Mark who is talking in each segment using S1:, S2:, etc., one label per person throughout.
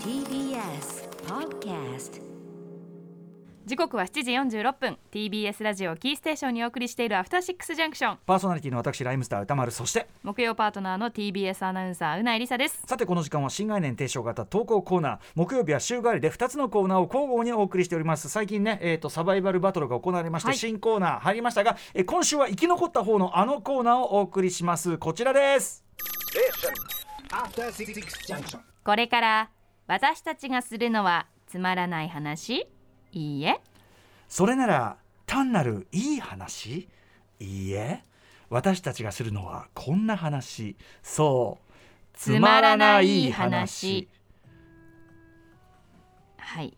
S1: TBS Podcast
S2: 時刻は7時46分 TBS ラジオキーステーションにお送りしているアフターシックスジャンクション
S3: パーソナリティの私ライムスター歌丸そして
S2: 木曜パートナーの TBS アナウンサーうないりさです
S3: さてこの時間は新概念提唱型投稿コーナー木曜日は週替わりで2つのコーナーを交互にお送りしております最近ね、えー、とサバイバルバトルが行われまして、
S2: はい
S3: 新コーナー入りましたが、えー今週は生き残った方のあのコーナーをお送りしますこちらです
S4: After Six Junction.
S2: これから私たちがするのはつまらない話いいえ
S3: それなら単なるいい話いいえ私たちがするのはこんな話そう
S2: つまらない話はい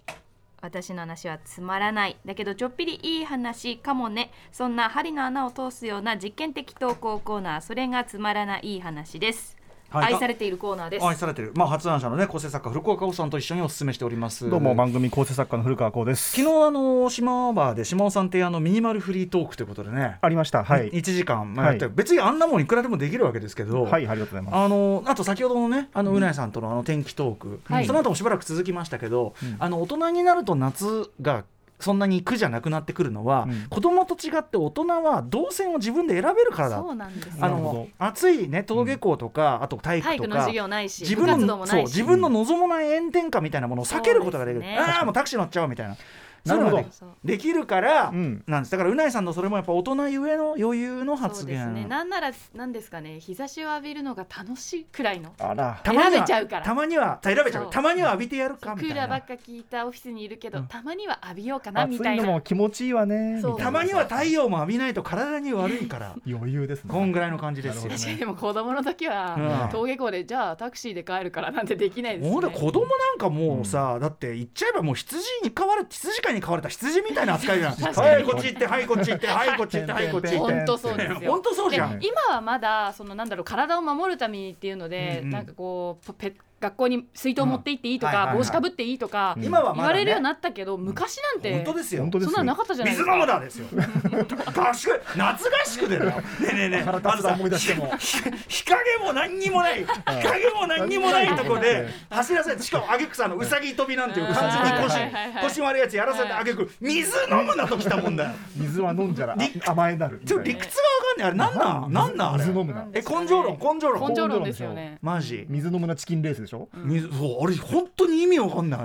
S2: 私の話はつまらないだけどちょっぴりいい話かもねそんな針の穴を通すような実験的投稿コーナーそれがつまらない話です、
S3: はい
S2: 愛されているコーナーです
S3: 愛されてる、まあ、発案者のね構成作家古川香央さんと一緒にお勧めしております
S5: どうも番組構成作家の古川光です。
S3: 昨日あの島バーで島尾さん提案のミニマルフリートークということでね、
S5: ありました。はい。
S3: 1時間まあやって、
S5: はい
S3: 別にあんなもんいくらでもできるわけですけど、
S5: はい、ありがとうございます。
S3: あのあと先ほどのねあのうなえさんとのあの天気トーク、
S2: はい
S3: その後もしばらく続きましたけど、
S5: うん
S3: あの大人になると夏がそんなに苦じゃなくなってくるのは、
S5: うん
S3: 子供と違って大人は動線を自分で選べるからだ
S2: そうなんですよ
S3: あ
S5: なるほど
S3: の暑いね登下校とか、あと体
S2: 体
S3: 育
S2: 育
S3: と
S2: の
S3: か
S2: 授業ないし
S3: 自
S2: 部
S3: 分
S2: 活動
S3: の
S2: も
S3: そう
S2: ないし
S3: 自分の望まない炎天下みたいなものを避けることができる、
S2: そうですね
S3: ああもうタクシー乗っちゃおうみたいな
S5: なるほど
S3: そういうのができ
S2: そう
S3: できるから、
S5: うん
S3: なんですだからうないさんのそれもやっぱ大人ゆえの余裕の
S2: そ
S3: 発
S2: うですね
S3: 言、
S2: なんならなんですかね日差しを浴びるのが楽しいくらいの
S5: あら。
S3: たまに
S2: 選
S3: は
S2: べちゃうから
S3: たまには選べちゃ
S2: そう
S3: うたまには浴びてやるか
S2: ク
S3: みたい
S2: ーラーばっ
S3: な
S2: か聞いたオフィスにいるけど、
S3: うん
S2: たまには浴びようかな
S5: 暑
S2: み
S5: い
S2: たい
S5: の
S2: な
S5: も気持ちいいわね。
S2: そう
S5: みい
S3: た
S5: な
S3: まには太陽も浴びないと体に悪いから
S5: 余裕ですね。
S3: こんぐらいの感じですよ
S5: なるほど
S2: 確か
S5: ね
S2: にでも子供の時は、
S3: うん
S2: 登下校でじゃあタクシーで帰るからなんてできないです
S3: もうだ
S2: ね
S3: って子供なんかもうさ、だって言っちゃえばもう羊に飼われ羊飼いに飼われた羊みたいな扱いじゃん
S2: 確
S3: は
S2: かに
S3: いこっち行ってはいこっち行ってはいこっち行ってはいこっち行っ
S2: ほ
S3: て
S2: んとそうですよ
S3: 本当そうじゃん
S2: で今はまだそのなんだろう体を守るためにっていうので、
S3: うんうん
S2: なんかこうペ学校に水筒持って行っていいと
S3: うんはい
S2: か、
S3: はいはい
S2: 帽子かぶっていいとか、
S5: うん
S3: 今は
S2: 言
S3: まだ、
S2: わ
S3: ね、
S2: れるようになったけど、昔なんて
S3: 本当ですよ
S5: 本当です
S2: そんなのなかったじゃないで
S3: 水
S2: す
S3: 飲
S2: か
S3: むだですよ合宿夏合宿だよねえねえねえ
S5: 腹立つな
S3: あのさ
S5: 思い出しても
S3: ひ日陰も何にもない日陰も何にもないとこで走らせてしかもあげくさあのうさぎ跳びなんていう完全に腰
S2: はいはいはい
S3: 腰悪いやつやらせてあげく水飲むなときたもんだよ
S5: 水は飲んじゃら
S3: 理
S5: 甘えになるみ
S3: ち
S5: たい
S3: ょっ
S5: な。
S3: と理屈がわかんないあれなんなんなんなんあれ
S5: 水飲むな。
S3: え根性論根性論
S2: 根性論ですよね
S3: マジ
S5: 水飲むなチキンレースでしょ。
S3: 水そうあれ本当に意味わかんな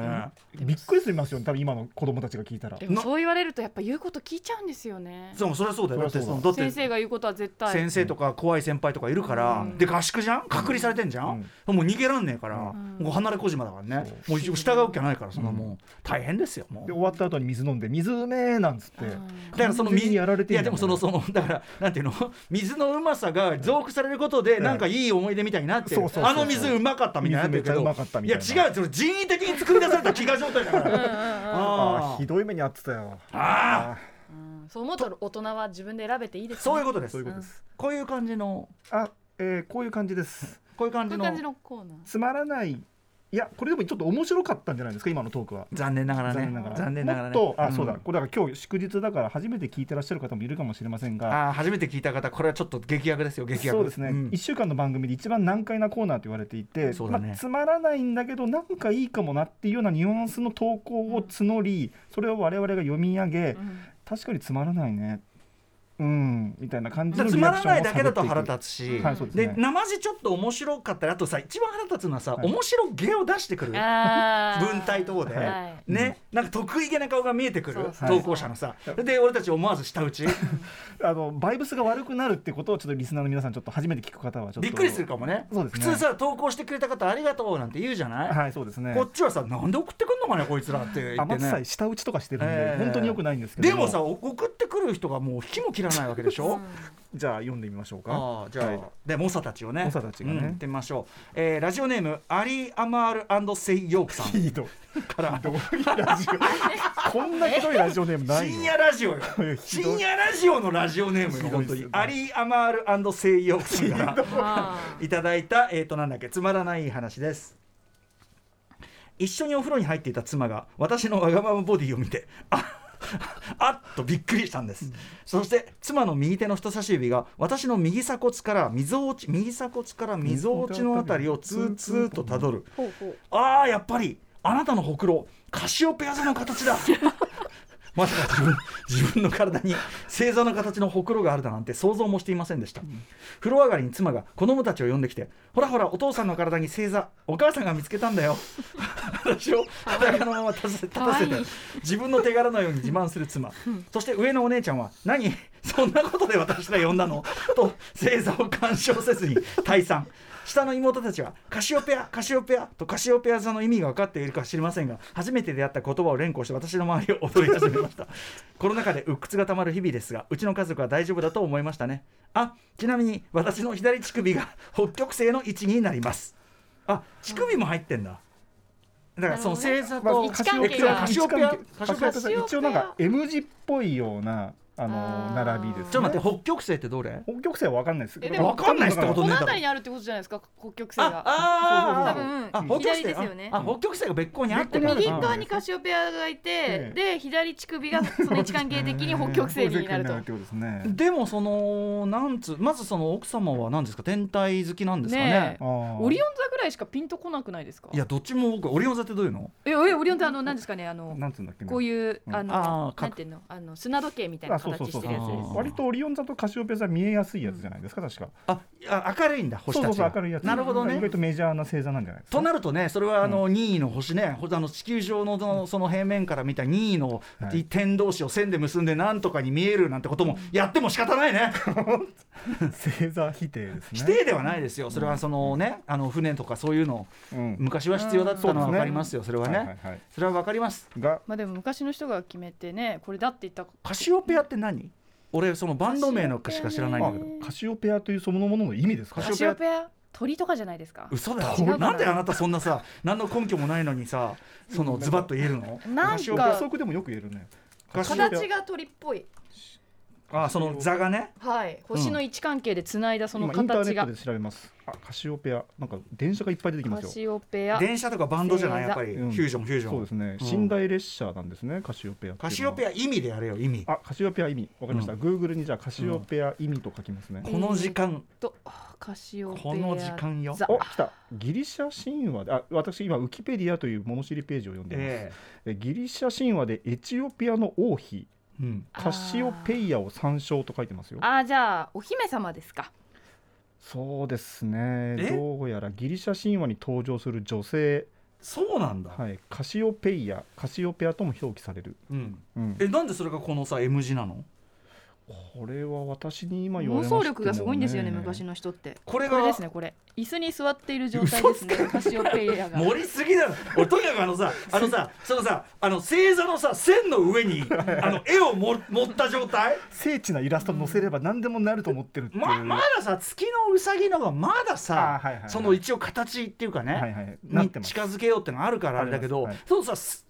S3: いね
S5: びっくりしますよね。多分今の子供たちが聞いたら
S2: で。もそう言われるとやっぱ言うこと聞いちゃうんですよね
S3: そうそりゃそうだよだってそのだって
S2: 先生が言うことは絶対
S3: 先生とか怖い先輩とかいるから、
S2: うん
S3: で合宿じゃん隔離されてんじゃん、もう逃げらんねえから、
S2: ん
S3: もう離れ小島だからね、もう一応従う気はないからそんなもう大変ですよもう
S5: で終わった後に水飲んで水うめえなんつって。
S3: だからその
S5: 完
S3: 水
S5: 全にやられて
S3: い
S5: ん
S3: や
S5: だ
S3: でもそのその だからなんていうの水のうまさが増幅されることで
S5: ん
S3: なんかいい思い出みたいになって
S5: そうそうそう
S3: あの水うまかったみたいになってるけど
S5: 水めっちゃうまかったみたいない
S3: や違うそれ人為的に作り出された飢餓状態だから
S5: あ
S3: あ
S5: あひ
S3: ー
S5: どい目に遭ってたよ。
S3: あ
S5: あ
S2: うんそう思ったら大人は自分で選べていいで
S3: ー
S2: すね
S3: そういうことで
S5: ーそう
S3: す
S5: いうことです。
S3: こういう感じの
S5: あ、えーこういう感じです。
S3: こういう感
S2: こうい
S3: じ
S2: う
S3: の
S2: 感じのコーナー
S5: つまらない。いやこれでもちょっと面白かったんじゃないですか今のトークは。
S3: 残念ながらね
S5: 残念ながら
S3: ね
S5: もっとあ、
S3: ん
S5: そうだこれだから今日祝日だから初めて聞いてらっしゃる方もいるかもしれませんが
S3: あー初めて聞いた方これはちょっと激悪ですよ激悪
S5: そうですね、
S3: ん
S5: 一1週間の番組で一番難解なコーナーと言われていて、
S3: そうだね
S5: まあつまらないんだけどなんかいいかもなっていうようなニュアンスの投稿を募りそれを我々が読み上げ、確かにつまらないねうんみたいな感じの
S3: つ
S5: リ
S3: ま
S5: アク
S3: ら
S5: ション
S3: な
S5: を
S3: いだけだと
S5: 探
S3: 腹
S5: っていく
S3: 立つし、
S5: はいそうです
S3: で
S5: ね
S3: 生地ちょっと面白かったりあとさ一番腹立つのはさ、
S5: はい
S3: 面白芸を出してくる
S2: あー
S3: 文体等で、
S2: はい
S3: ね、なんか得意げな顔が見えてくる
S2: そうそう
S5: そう
S3: 投稿者のさ、で俺たち思わず舌打 ち
S5: あのバイブスが悪くなるってことをちょっとリスナーの皆さんちょっと初めて聞く方はちょっと
S3: びっくりするかもね
S5: そうです
S3: 普
S5: ね
S3: 通さ投稿してくれた方ありがとうなんて言うじゃない、
S5: はいそうですね
S3: こっちはさなんで送ってくんのかねこいつらって言って
S5: 甘さ
S3: ね
S5: え下打ちとかしてるんで、
S3: ええ
S5: 本当によくないんですけど
S3: でもさお送ってくる人がもう引きも切らないわけでしょ、
S5: じゃあ読んでみましょうか
S3: ああじゃあ、
S5: はい
S3: で猛者たちをね
S5: 猛者たちがね
S3: うん行ってみましょう、えー、ラジオネームアリー・アマールセイ・ヨークさん
S5: ひどい
S3: から
S5: どういうラジオこんなひどいラジオネームないよ
S3: 深夜ラジオよ
S5: や ひどい
S3: 深夜ラジオのラジオネームよ
S5: ひど
S3: 本
S5: いっす
S3: 当
S5: よ
S3: にアリー・アマールセイ・ヨークさんから
S2: あ
S3: いただい たえー、となんだっけつまらない話です一緒にお風呂に入っていた妻が私のわがままボディを見てああっとびっくりしたんです、そして妻の右手の人差し指が私の右鎖骨から溝落ち右鎖骨から溝落ちのあたりをツーツーとたどる
S2: ほうほう
S3: ああやっぱりあなたのほくろカシオペア座の形だ まさか自分自分の体に星座の形のほくろがあるだなんて想像もしていませんでした、風呂上がりに妻が子供たちを呼んできてほらほらお父さんの体に星座お母さんが見つけたんだよ私を裸のまま立たせ立たせて
S2: かわいい
S3: 自分の手柄のように自慢する妻そして上のお姉ちゃんは「何 そんなことで私ら呼んだの?」 と星座を干渉せずに退散下の妹たちは「カシオペアカシオペア」とカシオペア座の意味が分かっているか知りませんが初めて出会った言葉を連呼して私の周りを踊り始めま したコロナ禍で鬱屈がたまる日々ですがうちの家族は大丈夫だと思いましたねあちなみに私の左乳首が北極星の位置になりますあ乳首も入ってんだだからその星座と
S2: 位置関係が
S3: カシオペアカシ
S5: カシ
S3: オ
S5: オ
S3: ペ
S5: ペ
S3: ア
S5: ア
S3: ちょ
S5: と
S3: っ
S5: さ一応なんか M 字っぽいようなあの
S2: あー
S5: 並びです、ね、
S3: と待って北極星ってどれ
S5: 北極星は分かんないです
S6: えでも
S3: わかんないってこ
S6: こ
S3: と
S6: の
S3: ねだから
S6: 辺りにあるってことじゃないですか北極星が
S3: ああああ
S2: そうそうそう多分
S3: 北極星
S2: 左ですよね
S3: ああ北極星が別行にあってる
S2: 右側にカシオペアがいて
S5: ええ
S2: で左乳首がその一関係的に北極星になると
S5: 北極星になるってことですね
S3: でもそのなんつうまずその奥様は何ですか天体好きなんですかね
S6: ねえオ
S5: オ
S6: リオン座ぐらいしかピンとこなくないですか
S3: いやどっちも僕オリオン座ってどういうの
S6: ええオリオン座あの何ですかねあの
S5: なんつうんだっけな
S6: こういう
S5: うん
S6: あ
S3: あー
S6: の
S3: か
S6: なんていうのあの砂時計みたいな
S5: あそうそ
S6: 形
S5: うそ
S6: して
S5: うそ
S6: るやつです
S3: あー
S5: う割とオリオン座とカシオペア座見えやすいやつじゃないですか確か
S3: あいや明るいんだ星
S5: そう
S3: た
S5: そう
S3: ち
S5: そう
S3: が
S5: 明るいやつ
S3: なるほどね
S5: 意外とメジャーな星座なんじゃないですか
S3: となるとねそれはあの任意の星ね、ほあの地球上のそのその平面から見た任意の
S5: はい
S3: 点同士を線で結んでなんとかに見えるなんてこともやっても仕方ないね。
S5: 星座否定ですね
S3: 否定ではないですよ、それはそのね、あの船とかそういうの、
S5: うん
S3: 昔は必要だったのは
S5: うん
S3: 分かりますよ、それは
S5: はいは
S3: ね
S5: い。はい
S3: それは分かります。
S5: が
S6: まあでも昔の人が決めてねこれだって言った
S3: カシオペアって何俺、そのバンド名のしか知らないんだ
S5: あ
S3: けど。
S5: カシオペアというそのものの意味ですか
S3: カ
S6: カ
S3: シオ
S6: シ
S3: ペア
S6: オペア鳥とかじゃないですか
S3: 嘘だ
S6: 違う
S3: よ
S6: かな
S3: なんであなたそんなさ何の根拠もないのにさそのズバッと言えるの
S6: な
S3: カ
S6: ん
S3: シオペ
S5: 予
S6: か
S5: 測でもよく言えるね
S3: カシオ
S2: 形が鳥っぽい
S3: あその座がね
S6: はい星の位置関係でつないだその
S5: 今インターネ
S6: 形
S5: ッ
S6: が
S5: トで調べますあカシオペアなんか電車がいっぱい出てきま
S6: カ
S5: すよ
S6: シオペア
S3: 電車とかバンドじゃないやっぱりフ
S5: うん
S3: ュージョンフュージ
S5: そう
S3: ョ
S5: で
S3: ン
S5: すね
S3: うん
S5: 寝台列車なんですねカシオペア
S3: カシオペ
S5: ア
S3: ア意味でやれよ意味
S5: あカシオペア意味わかりました Google にじゃあカシオペア意味と書きますね
S3: この時間
S6: とあカシオペア
S3: この時間よ
S6: 座
S5: お来たギリシャ神話であ私今ウィキペディアという物知りページを読んでいます、
S3: え
S5: えギリシャ神話でエチオピアの王妃
S3: えうん
S5: カシオペイアを参照と書いてますよ
S6: あーじゃあお姫様ですか
S5: そうですね
S3: え
S5: どうやらギリシャ神話に登場する女性、
S3: そうなんだ
S5: はい、カシオペイアカシオペアとも表記される、
S3: うん
S5: うん、
S3: えなんでそれがこのさ M 字なの
S5: これは私に今言われ
S6: 妄想
S5: ましても、ね、
S6: 力がすごいんですよね昔の人って
S3: これ
S6: こ
S3: が
S6: れですねこれ椅子に座っている状態ですねカシオペイアが
S3: 盛りすぎだろ俺とにかくあのさ あのさそのさあの星座のさ線の上 にあの絵をも持った状態
S5: 精緻なイラスト載せれば何でもなると思ってるっていう、
S3: ままださ月のうさぎのがまださ、
S5: あはいはいはい
S3: その一応形っていうかね、
S5: はいはいなっ
S3: に
S5: てます
S3: 近づけようってのがあるからあれだけど、
S5: あります
S3: そうさす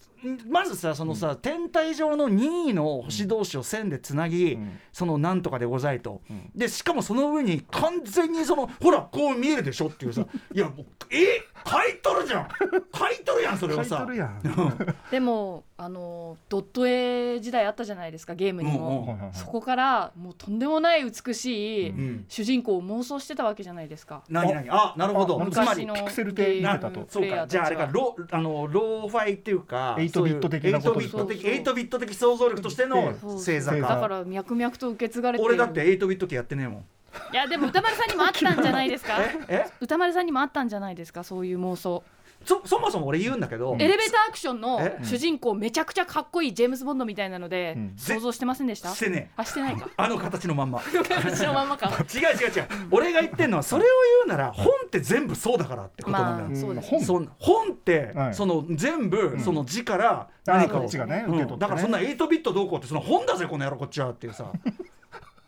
S3: まずさそのさ、天体上の任意の星同士を線でつなぎ、
S5: うん
S3: そのなんとかでございと、
S5: うん
S3: でしかもその上に完全にそのほらこう見えるでしょっていうさいやもうえ書いとるじゃん書いとるやんそれ
S5: 書
S3: はい
S5: と
S3: さ
S5: るや ん、
S6: でもあのドット絵時代あったじゃないですかゲームに
S3: うんうん
S6: も、
S5: はいはいはい
S6: そこからもうとんでもない美しい、
S3: うん
S6: 主人公を妄想してたわけじゃないですか。
S3: 何何あなるほど
S5: あ
S3: つまり
S6: 昔の
S5: ピクセルで見てたと
S6: ゲーム
S3: そうかじゃああれか
S6: プレイヤーたちは
S3: ローあのローファイっていうか
S5: 8ビット的なこと
S3: そういう
S5: ですか
S3: 8ビット的
S6: そうそう
S3: 8ビット的想像力としての
S6: そう
S3: 星座
S5: 星
S6: だか
S3: から
S6: 脈々と受け継がれている
S3: 俺だって8ビット系やってねえもん
S6: いやでも歌丸さんにもあったんじゃないですか
S3: え
S6: 歌丸さんにもあったんじゃないですかそういう妄想、
S3: そそもそも俺言うんだけど
S6: エレベーターアクションの
S3: え
S6: 主人公めちゃくちゃかっこいいジェームズ・ボンドみたいなので、
S5: うん
S6: 想像してませんでした
S3: してねえ
S6: あしてないか
S3: あの形のまんま違
S6: 私のまんま か
S3: う違う違う俺が言ってんのはそれを言うなら本って全部そうだからってことなんだよ、
S6: まあそうです
S5: 本
S3: そん本って、
S5: はい
S3: その全部その字から
S5: あ
S3: 何かを、
S5: こっちがね
S3: うん
S5: 受け取ってね
S3: だから そんな8ビットどうこうってその本だぜこの野郎こっちはっていうさ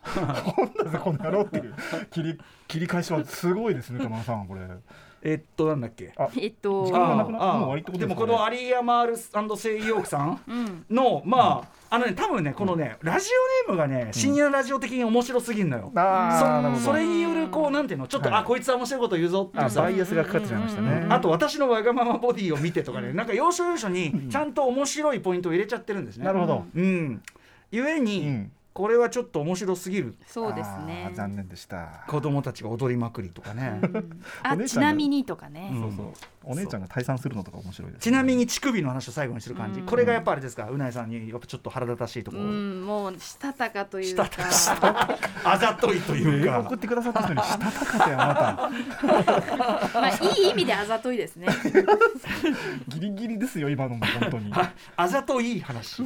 S5: こんなこの野郎っていう切り切り返しはすごいですね玉野さんこれ。
S3: えっとなんだっけ
S5: あ
S2: えっと
S5: 時間
S3: あ
S5: がなくなっ
S3: あ
S5: もう終わりってこと
S3: で
S5: です
S3: も
S5: かね
S3: この有山アルスセイヨークさん
S2: うん
S3: のまああのね多分ねこのねラジオネームがね深夜ラジオ的に面白すぎるのよ、
S5: あーなる
S3: そ
S5: ほど
S3: それによるこうなんていうのちょっと、
S5: はい
S3: あこいつは面白いこと言うぞってい
S5: あ
S3: うさ
S5: バイアスがかかってしまいました
S2: うんうん
S5: ね
S3: あと私のわがままボディを見てとかねなんか要所要所にちゃんと面白いポイントを入れちゃってるんですね。
S5: なるほど
S3: うん、ゆえ
S5: う
S3: に、
S5: ん
S3: これはちょっと面白すぎる
S2: そうですね
S5: あー残念でした
S3: 子供たちが踊りまくりとか ね、
S2: うんあ
S5: お姉
S2: ち
S5: ちゃんが
S2: なみにとかね、
S3: うん
S5: そうそうお姉ちゃんが退散するのとか面白いですね
S3: ちなみに乳首の話を最後にする感じ、
S2: うん
S3: これがやっぱあれですかうないさんにやっぱちょっと腹立たしいとこ
S2: う
S3: ろ、
S2: ん、もうしたたかという
S3: し
S2: か
S3: たたかあざといという
S5: メール
S3: か
S5: 送ってくださった人にしたたかてあな
S2: まあいい意味であざといですね
S5: た ギリギリですよ今のも 本当に
S3: ああざとい 話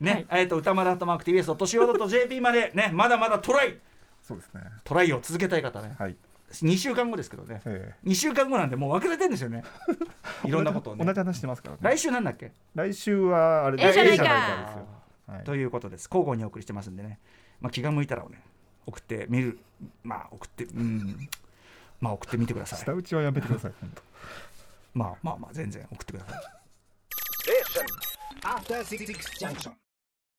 S3: ね、えっと歌丸とマーク TBS 年ほどと JP までねまだまだトライ
S5: そうですね
S3: トライを続けたい方ね
S5: はい、
S3: 2週間後ですけどね
S5: え
S3: 2週間後なんでもう忘れてるんですよ ね
S5: え
S3: いろんなことを
S5: 同じ同
S3: ね
S5: じ話してますからね
S3: 来週なんだっけ
S5: 来週はあれで
S2: ええじゃないか
S5: えですよはい
S3: ということです交互にお送りしてますんでね、まあ、気が向いたらをね送ってみるまあ送ってうんまあ送ってみてくださ
S5: 下
S3: い
S5: 打ちはやめてください本当
S3: まあまあまあ全然送ってください
S4: Station. After Six Junction.